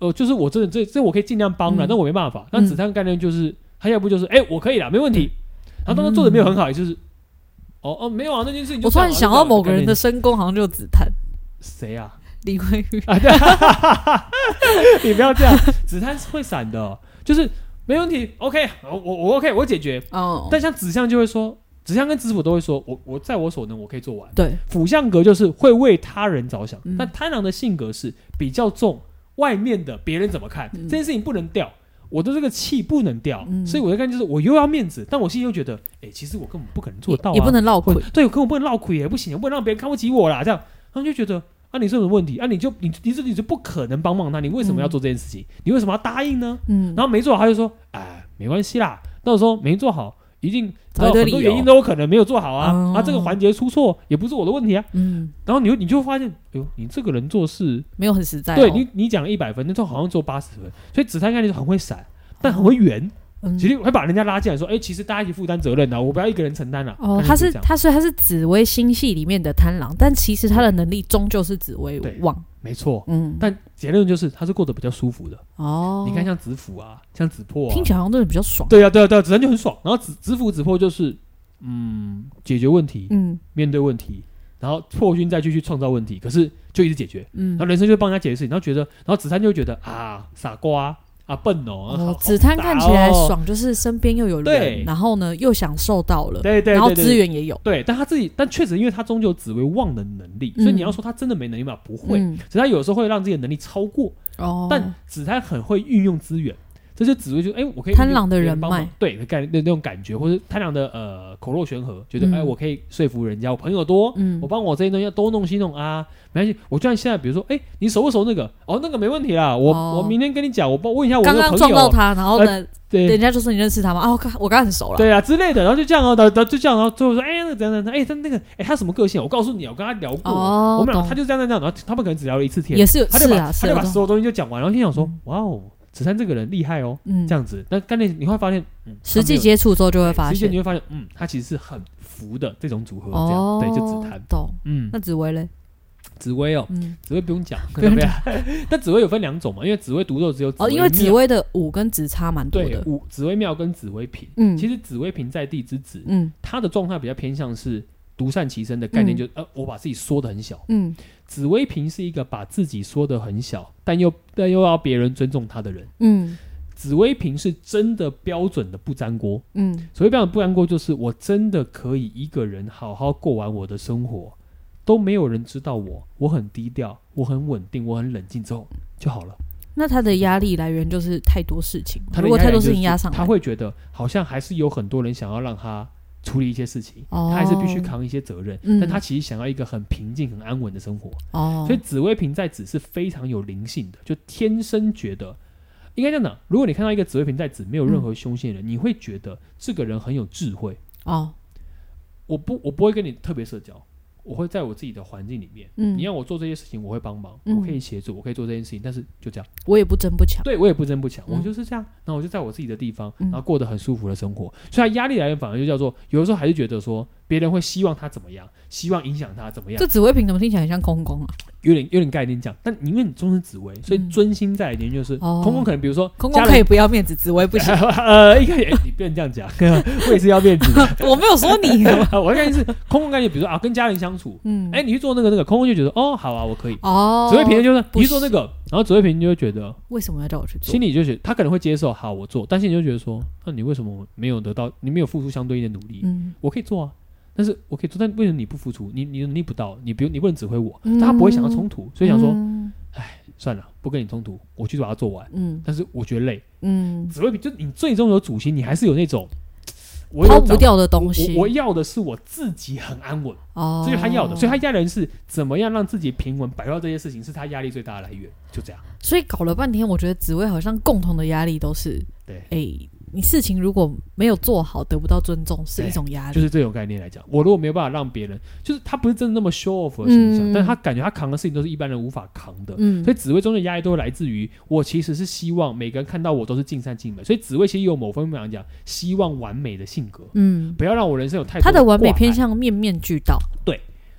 S2: 呃就是我真的这这我可以尽量帮
S1: 嗯
S2: 了，但我没办法。那子相概念就是他要不就是哎我可以啦，没问题。然后当他做的没有很好，也就是。哦哦，没有啊，那件事情
S1: 嗯
S2: 就
S1: 我突
S2: 这样
S1: 然想
S2: 啊就这
S1: 到
S2: 样啊
S1: 某个人的
S2: 概念
S1: 身宫好像就紫檀
S2: 谁啊？
S1: 李慧玉，
S2: 啊，对， 你不要这样，子弹是会闪的，哦就是没问题，OK，我我我 OK，我解决。
S1: 哦，
S2: 但像子相就会说，子相跟子府都会说，我我在我所能，我可以做 完。
S1: 对，
S2: 辅相格就是会为他人着想，
S1: 嗯
S2: 但贪狼的性格是比较重外面的别人怎么看，
S1: 嗯
S2: 这件事情不能掉。我的这个气不能掉，
S1: 嗯
S2: 所以我在看就是我又要面子，但我心里又觉得，哎、其实我根本不可能做
S1: 也
S2: 得到、啊
S1: 也不能落
S2: 或
S1: 捆，
S2: 对，我跟我不能闹亏也不行，我不能让别人看不起我啦。这样，他们就觉得啊，你是有什么问题啊？你就你你这你就不可能帮忙他，你为什么要做这件事情？你为什么要答应呢？
S1: 嗯，
S2: 然后没做好，他就说，哎，没关系啦，到时候没做好，一定
S1: 找一
S2: 很
S1: 堆
S2: 多
S1: 理由
S2: 原因都有可能没有做好啊。
S1: 哦
S2: 啊，这个环节出错也不是我的问题啊。
S1: 嗯，
S2: 然后你就你就会发现，哎呦，你这个人做事，
S1: 没有很实在哦，
S2: 对你你讲一百分，那时候好像做八十分，所以子弹概念就很会闪，但很会圆，
S1: 嗯
S2: 其实会把人家拉进来说，哎，其实大家一起负担责任的，啊我不要一个人承担了。
S1: 哦，
S2: 概念
S1: 他
S2: 就是这样
S1: 他是他是紫薇星系里面的贪狼，但其实他的能力终究是紫薇
S2: 对
S1: 旺，
S2: 没错，
S1: 嗯，
S2: 但结论就是，他是过得比较舒服的。
S1: 哦，
S2: 你看，像子府啊，像子破、啊，
S1: 听起来好像真的比较爽，
S2: 对啊，对啊，对啊，子弹就很爽。然后子子府、子破就是，嗯，解决问题，
S1: 嗯
S2: 面对问题，然后破军再继续创造问题，可是就一直解决。
S1: 嗯
S2: 然后，人生就帮人家解决事情，然后觉得，然后子弹就会觉得啊，傻瓜啊，笨哦，啊好
S1: 哦，紫檀看起来。
S2: 好傻哦
S1: 爽，就是身边又有
S2: 对
S1: 人，然后呢又享受到了，
S2: 对对对，
S1: 然后
S2: 对
S1: 资。源也有，
S2: 对，但他自己，但确实，因为他终究只为忘的能力，
S1: 嗯
S2: 所以你要说他真的没能力嘛，不会。
S1: 嗯
S2: 只是他有时候会让自己的能力超过，
S1: 哦，
S2: 但紫檀很会运用资源，这就紫薇就哎、我可以
S1: 贪狼的
S2: 运用
S1: 人
S2: 帮忙
S1: 脉，
S2: 对概那那种感觉，或者贪狼的呃口若悬河，觉得哎、
S1: 嗯
S2: 我可以说服人家，我朋友多，
S1: 嗯
S2: 我帮我这些东西要多弄西弄啊，没关系，我就算现在比如说哎、你熟不熟那个？哦，那个没问题啦，我、
S1: 哦
S2: 我明天跟你讲，我帮问一下我那
S1: 刚
S2: 个
S1: 刚
S2: 朋
S1: 撞到
S2: 友，呃
S1: 他，然后呢，
S2: 对
S1: 人家就说你认识他吗？啊，我刚我刚很熟了，
S2: 对啊之类的，然后就这样哦，然后然后就这样，然后最后说哎、那个怎样怎样，哎、他那个哎、他什么个性啊？我告诉你啊，我跟他聊过，
S1: 哦
S2: 我们俩
S1: 懂
S2: 他就这样这样，然后他们可能只聊了一次天，
S1: 也是有
S2: 他就是把、
S1: 啊，
S2: 他
S1: 是
S2: 就
S1: 啊
S2: 把
S1: 都
S2: 所有东西就讲完，然后心想说、
S1: 嗯
S2: 哇哦，子珊这个人厉害哦。
S1: 嗯
S2: 这，样子。但概念你会发现，嗯，
S1: 实际
S2: 他没有
S1: 接触之后就会发
S2: 实际
S1: 现
S2: 你，会发现，嗯，它其实是很浮的这种组合，这样、
S1: 哦，
S2: 对，就紫檀，
S1: 懂。
S2: 嗯，
S1: 那紫薇嘞？
S2: 紫薇哦，
S1: 嗯，
S2: 紫薇不用 讲，
S1: 不用讲
S2: 但紫薇有分两种嘛，因为紫薇独奏只有
S1: 哦，因为紫
S2: 薇
S1: 薇的五跟紫差蛮多
S2: 庙对
S1: 的，
S2: 五紫薇庙跟紫薇瓶，
S1: 嗯
S2: 其实紫薇瓶在地之子，
S1: 嗯
S2: 它的状态比较偏向是。独善其身的概念
S1: 嗯
S2: 就是，呃，我把自己缩得很小。
S1: 嗯，
S2: 紫薇瓶是一个把自己缩得很小，但又但又要别人尊重他的人。
S1: 嗯
S2: 紫薇瓶是真的标准的不粘锅，
S1: 嗯
S2: 所谓不然不然过，就是我真的可以一个人好好过完我的生活，都没有人知道我，我很低调，我很稳定，我很冷静之后就好了。
S1: 那他的压力来源就是太多事情嘛，
S2: 他
S1: 如
S2: 的
S1: 果
S2: 压力
S1: 太多
S2: 就是
S1: 事情压上来，
S2: 他会觉得好像还是有很多人想要让他处理一些事情，
S1: 哦
S2: 他还是必须扛一些责任，
S1: 嗯
S2: 但他其实想要一个很平静、很安稳的生活。
S1: 哦
S2: 所以，紫薇瓶在子是非常有灵性的，就天生觉得。应该这样讲，如果你看到一个紫薇瓶在子没
S1: 嗯
S2: 有任何凶线的人，你会觉得这个人很有智慧，
S1: 哦
S2: 我不我不会跟你特别社交，我会在我自己的环境里面。
S1: 嗯
S2: 你，让我做这些事情，我会帮忙，
S1: 嗯
S2: 我可以协助，我可以做这件事情，但是就这样，
S1: 我也不争不抢，
S2: 对我也不争不抢，
S1: 嗯
S2: 我就是这样。那我就在我自己的地方，
S1: 嗯
S2: 然后过得很舒服的生活。所以他压力来源反而就叫做，有的时候还是觉得说别人会希望他怎么样，希望影响他怎么样
S1: 这，紫薇瓶怎么听起来很像空宫啊？
S2: 有点有点概念讲。但因为你终身紫薇，所以
S1: 嗯
S2: 尊心在里面就是，
S1: 哦
S2: 空空可能比如说
S1: 空宫
S2: 家人
S1: 可以不要面子，紫薇不行，
S2: 呃，一开始、哎你不能这样讲， 我也是要面子。
S1: 我没有说你，
S2: 我的概念是空空概念，比如说啊，跟家人相处，
S1: 嗯，
S2: 哎、你去做那个那个，空空就觉得哦，好啊，我可以。
S1: 哦，
S2: 紫薇平就是
S1: 不
S2: 你去做那个，然后紫薇平就会觉得
S1: 为什么要叫我去做
S2: 心？里就觉得他可能会接受，好，我做，但心里就觉得说，那你为什么没有得到？你没有付出相对应的努力？
S1: 嗯，
S2: 我可以做啊，但是我可以做，但为什么你不付出？你你能力不到，你不用你不能指挥我，
S1: 嗯
S2: 但他不会想要冲突，所以想说、
S1: 嗯
S2: 算了，不跟你冲突，我去把它做完。
S1: 嗯
S2: 但是我觉得累，
S1: 嗯，
S2: 紫薇平就你最终有主心，你还是有那种我有
S1: 抛不
S2: 掌
S1: 掉的东西
S2: 我，我要的是我自己很安稳。
S1: 哦，
S2: 这就是他要的，所以他压人是怎么样让自己平稳摆脱这些事情，是他压力最大的来源，就这样。
S1: 所以搞了半天，我觉得紫薇好像共同的压力都是，
S2: 对
S1: 哎、你事情如果没有做好，得不到尊重是
S2: 对
S1: 一种压力。
S2: 就是这种概念来讲，我如果没有办法让别人，就是他不是真的那么 show off 的形象，
S1: 嗯
S2: 但他感觉他扛的事情都是一般人无法扛的。
S1: 嗯
S2: 所以紫薇中的压力都会来自于我其实是希望每个人看到我都是尽善尽美，所以紫薇其实有某方面来讲，希望完美的性格，
S1: 嗯，
S2: 不要让我人生有太多
S1: 他的完美
S2: 挂碍
S1: 偏。向面面俱到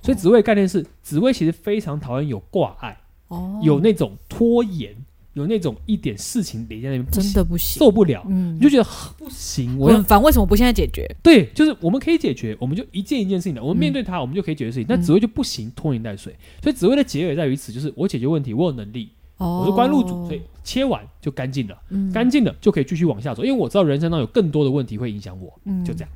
S2: 所以紫薇的概念是，紫薇其实非常讨厌有挂碍，
S1: 哦，
S2: 有那种拖延，有那种一点事情累在那边，不
S1: 真
S2: 行
S1: 的不行，
S2: 受不了，
S1: 嗯
S2: 你就觉得呵不行，我
S1: 我
S2: 要
S1: 很烦，为什么不现在解决？
S2: 对，就是我们可以解决，我们就一件一件事情的，我们
S1: 嗯
S2: 面对它，我们就可以解决事情。但
S1: 嗯
S2: 紫薇就不行，拖泥带水，所以紫薇的结尾在于此，就是我解决问题，我有能力，
S1: 哦，
S2: 我是关路主，所以切完就干净了，
S1: 嗯
S2: 干净了就可以继续往下走，因为我知道人生当中有更多的问题会影响我，
S1: 嗯
S2: 就这样。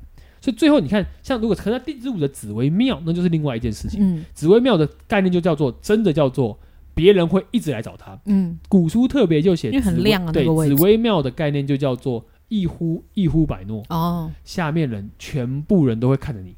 S2: 所以最后你看，像如果可能在第十五的紫薇庙，那就是另外一件事情。
S1: 嗯
S2: 紫薇庙的概念就叫做真的叫做别人会一直来找他。
S1: 嗯
S2: 古书特别就写
S1: 因为很
S2: 紫薇
S1: 亮啊那
S2: 对，
S1: 个位
S2: 紫
S1: 置
S2: 薇庙的概念就叫做一呼一呼百诺。
S1: 哦，
S2: 下面人全部人都会看着你。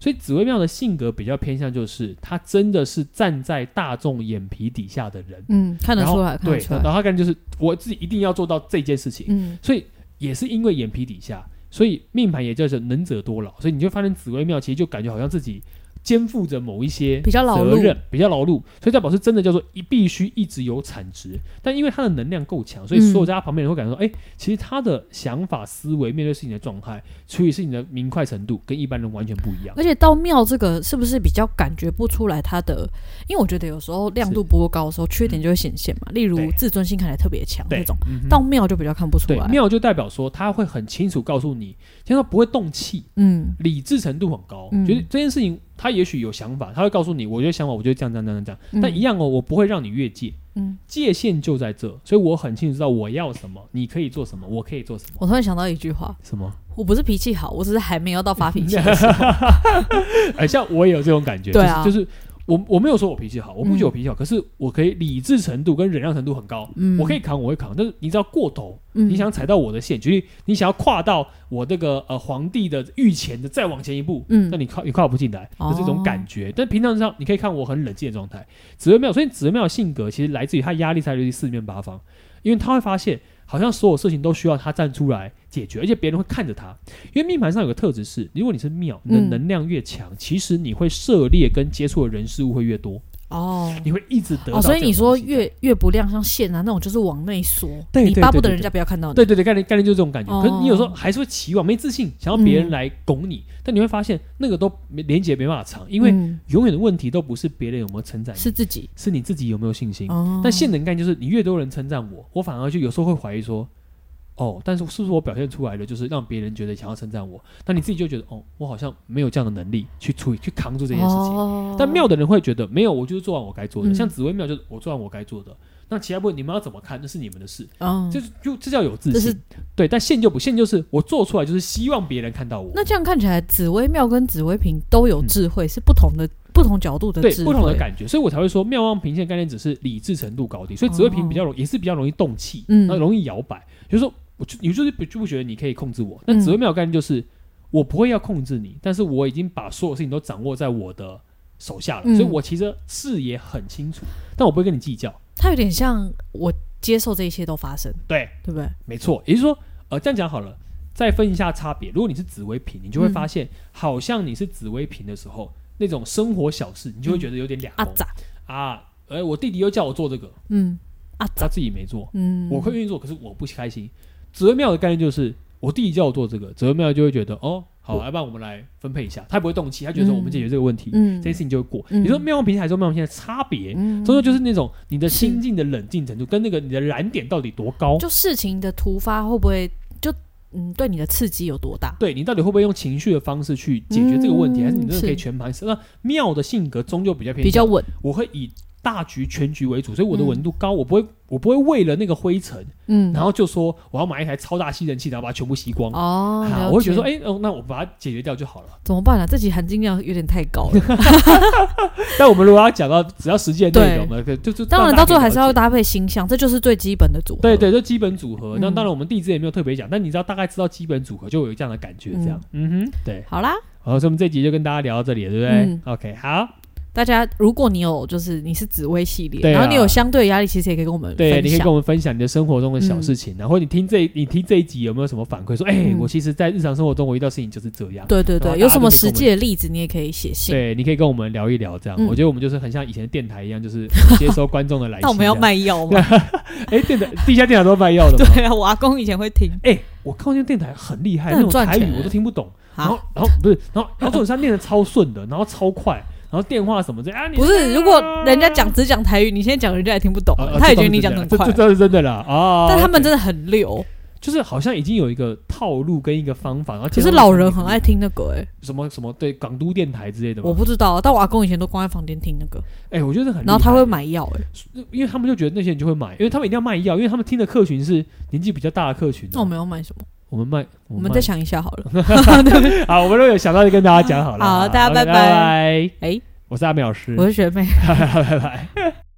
S2: 所以紫薇庙的性格比较偏向，就是他真的是站在大众眼皮底下的人，
S1: 嗯，看得
S2: 然后
S1: 出来，看
S2: 对
S1: 得，出
S2: 然后
S1: 来，
S2: 他感觉就是我自己一定要做到这件事情，
S1: 嗯
S2: 所以也是因为眼皮底下，所以命盘也叫做能者多劳，所以你就发现紫薇庙其实就感觉好像自己肩负着某一些
S1: 比较劳
S2: 责
S1: 碌
S2: 任，比较劳碌，所以代表是真的叫做一必须一直有产值，但因为他的能量够强，所以
S1: 嗯
S2: 所有在他旁边人会感觉到，哎、其实他的想法、思维、面对事情的状态、处理事情的明快程度，跟一般人完全不一样。
S1: 而且到庙这个是不是比较感觉不出来他的？因为我觉得有时候亮度不够高的时候，缺点就会显现嘛。例如
S2: 对
S1: 自尊心看起来特别强
S2: 对
S1: 那种，，
S2: 嗯哼
S1: 到庙就比较看不出
S2: 对
S1: 来。
S2: 妙就代表说他会很清楚告诉你，就是他不会动气，
S1: 嗯
S2: 理智程度很高，
S1: 嗯
S2: 觉得这件事情他也许有想法，他会告诉你，我觉得想法，我觉得这样这样这样这样，
S1: 嗯
S2: 但一样哦，我不会让你越界，
S1: 嗯，
S2: 界限就在这，所以我很清楚知道我要什么，你可以做什么，我可以做什么，
S1: 我突然想到一句话：
S2: 什么？
S1: 我不是脾气好，我只是还没有到发脾 气的时候。
S2: 哎，像我也有这种感觉，
S1: 对啊
S2: 就是就是我我没有说我脾气好，我不觉得我脾气好，可是我可以理智程度跟忍让程度很高，
S1: 嗯，
S2: 我可以扛，我会扛，但是你知道过头，
S1: 嗯，
S2: 你想踩到我的线，举例你想要跨到我这个呃皇帝的御前的再往前一步，
S1: 嗯
S2: 那你靠你靠不进来
S1: 哦
S2: 的这种感觉。但平常上你可以看我很冷静的状态。紫薇庙，所以紫薇庙的性格其实来自于他压力来自于四面八方，因为他会发现好像所有事情都需要他站出来解决，而且别人会看着他。因为命盘上有个特质是，如果你是庙，你的
S1: 嗯
S2: 能量越强，其实你会涉猎跟接触的人事物会越多，
S1: 哦。
S2: 你会一直得到
S1: 哦，
S2: 这种东西在。
S1: 所以你说越越不亮像线啊那种，就是往内缩，
S2: 对
S1: 你
S2: 对
S1: 巴
S2: 对
S1: 不得
S2: 对
S1: 人家不要看到你。
S2: 对对对，概念概念就是这种感觉。
S1: 哦嗯
S2: 可是你有时候还是会期望，没自信，想要别人来拱你，但你会发现那个都没连接没办法长，因为
S1: 嗯
S2: 永远的问题都不是别人有没有称赞你，
S1: 是自己。
S2: 是你自己有没有信心。
S1: 哦，
S2: 但现能概念就是，你越多人称赞我，我反而就有时候会怀疑说，哦，但是是不是我表现出来的就是让别人觉得想要称赞我？那你自己就觉得，哦，我好像没有这样的能力去处理、去扛住这件事情。
S1: 哦、
S2: 但庙的人会觉得没有，我就是做完我该做的。
S1: 嗯
S2: 像紫薇庙就是我做完我该做的，那其他部分你们要怎么看，那是你们的事。
S1: 嗯，
S2: 这就这叫有自
S1: 这
S2: 信
S1: 是，
S2: 对。但现就不现就是我做出来就是希望别人看到我，
S1: 那这样看起来，紫薇庙跟紫薇瓶都有
S2: 嗯
S1: 智慧，是不同的不同角度的
S2: 对
S1: 智慧，
S2: 不同的感觉，所以我才会说妙望平线概念只是理智程度高低，所以紫微平比较容也是比较容易动气，
S1: 哦嗯
S2: 那容易摇摆，就是说我就你就是不就不觉得你可以控制我，但
S1: 嗯
S2: 紫微妙概念就是我不会要控制你，但是我已经把所有事情都掌握在我的手下了，
S1: 嗯
S2: 所以我其实视野很清楚，但我不会跟你计较，
S1: 它有点像我接受这一切都发生，
S2: 对，
S1: 对不对？
S2: 没错，也就是说，呃，这样讲好了，再分一下差别。如果你是紫微瓶，你就会
S1: 嗯
S2: 发现，好像你是紫微瓶的时候，那种生活小事，你就会觉得有点俩
S1: 阿
S2: 公、
S1: 嗯咋，
S2: 啊，哎、我弟弟又叫我做这个，
S1: 嗯
S2: 他自己没做，
S1: 嗯，
S2: 我会愿意做，可是我不开心。紫微庙的概念就是，我弟弟叫我做这个，紫微庙就会觉得，哦，好，要不然我们来分配一下，他也不会动气，他觉得说
S1: 嗯
S2: 我们解决这个问题，
S1: 嗯
S2: 这件事情就会过。
S1: 嗯
S2: 你说妙望平台说妙望现在差别，
S1: 嗯
S2: 终究就是那种你的心
S1: 是
S2: 境的冷静程度跟那个你的燃点到底多高。
S1: 就事情的突发会不会就嗯对你的刺激有多大？
S2: 对你到底会不会用情绪的方式去解决这个问题，
S1: 嗯
S2: 还是你真的可以
S1: 是
S2: 全盘？那妙的性格终究比较偏
S1: 比较
S2: 向，
S1: 稳，
S2: 我会以大局全局为主，所以我的
S1: 嗯
S2: 稳度高，我不会我不会为了那个灰尘，
S1: 嗯，
S2: 然后就说我要买一台超大吸尘器，然后把它全部吸光。
S1: 哦，
S2: 啊
S1: 了
S2: 我会觉得说，
S1: 解
S2: 哎、哦，那我把它解决掉就好了。
S1: 怎么办呢、这集含金量有点太高 了，
S2: 但我们如果要讲到只要实际的内容呢，可就就
S1: 当然
S2: 让
S1: 到
S2: 大家
S1: 最后还是
S2: 可以了
S1: 要
S2: 解
S1: 搭配星象，这就是最基本的组合。
S2: 对对，就基本组合。那
S1: 嗯
S2: 当然我们地支也没有特别讲，但你知道大概知道基本组合就有这样的感觉，这样，嗯哼，对。
S1: 好啦，
S2: 好，所以我们这集就跟大家聊到这里了，对不对、
S1: 嗯
S2: o k 好，
S1: 大家，如果你有就是你是紫薇系列，
S2: 对啊
S1: 然后你有相对的压力，其实也可以跟我们分
S2: 对，
S1: 享。
S2: 你可以跟我们分享你的生活中的小事情，然后你听这你听这一集有没有什么反馈？说，哎、
S1: 嗯
S2: 我其实，在日常生活中我遇到事情就是这样。
S1: 对对
S2: 然后大
S1: 对，
S2: 家
S1: 有什么
S2: 都可以跟
S1: 实
S2: 我们
S1: 际的例子，你也可以写信。
S2: 对，你可以跟我们聊一聊，这样、
S1: 嗯
S2: 我觉得我们就是很像以前的电台一 样，就是我们接收观众的来信。
S1: 那我们要，卖药吗？
S2: 哎、电台地下电台都卖药的吗？
S1: 对啊，我阿公以前会听。
S2: 哎、我看到那电台很厉害，
S1: 那
S2: 那
S1: 很
S2: 种
S1: 赚
S2: 台语
S1: 钱
S2: 我都听不懂。 然
S1: 好
S2: 后，，然后不是，然后然后这种他念的超顺的，然后超快，然后电话什么的啊，你啊
S1: 不是，如果人家讲只讲台语，你现在讲人家也听不懂
S2: 啊，啊，
S1: 他也觉得
S2: 这倒是
S1: 你讲
S2: 真
S1: 的
S2: 的
S1: 很快
S2: 这。这这是真的啦哦啊！
S1: 但他们
S2: OK
S1: 真的很溜，
S2: 就是好像已经有一个套路跟一个方法，然后
S1: 可
S2: 其
S1: 是老人很爱听那个哎，
S2: 什么什么对港都电台之类的嘛
S1: 我。不知道，但我阿公以前都关在房间听那个，
S2: 哎、我觉得很厉害，
S1: 然后他会买药哎，
S2: 因为他们就觉得那些人就会买，因为他们一定要卖药，因为他们听的客群是年纪比较大的客群、啊
S1: 那我们要买什么？
S2: 我们卖，
S1: 我
S2: 卖啊
S1: 们再想一下好了。
S2: 好，我们如果有想到就跟大家讲好了。
S1: 好大家
S2: OK，
S1: 拜
S2: 拜拜。
S1: 哎，
S2: 我是阿美老师，
S1: 我是学妹。
S2: 拜拜。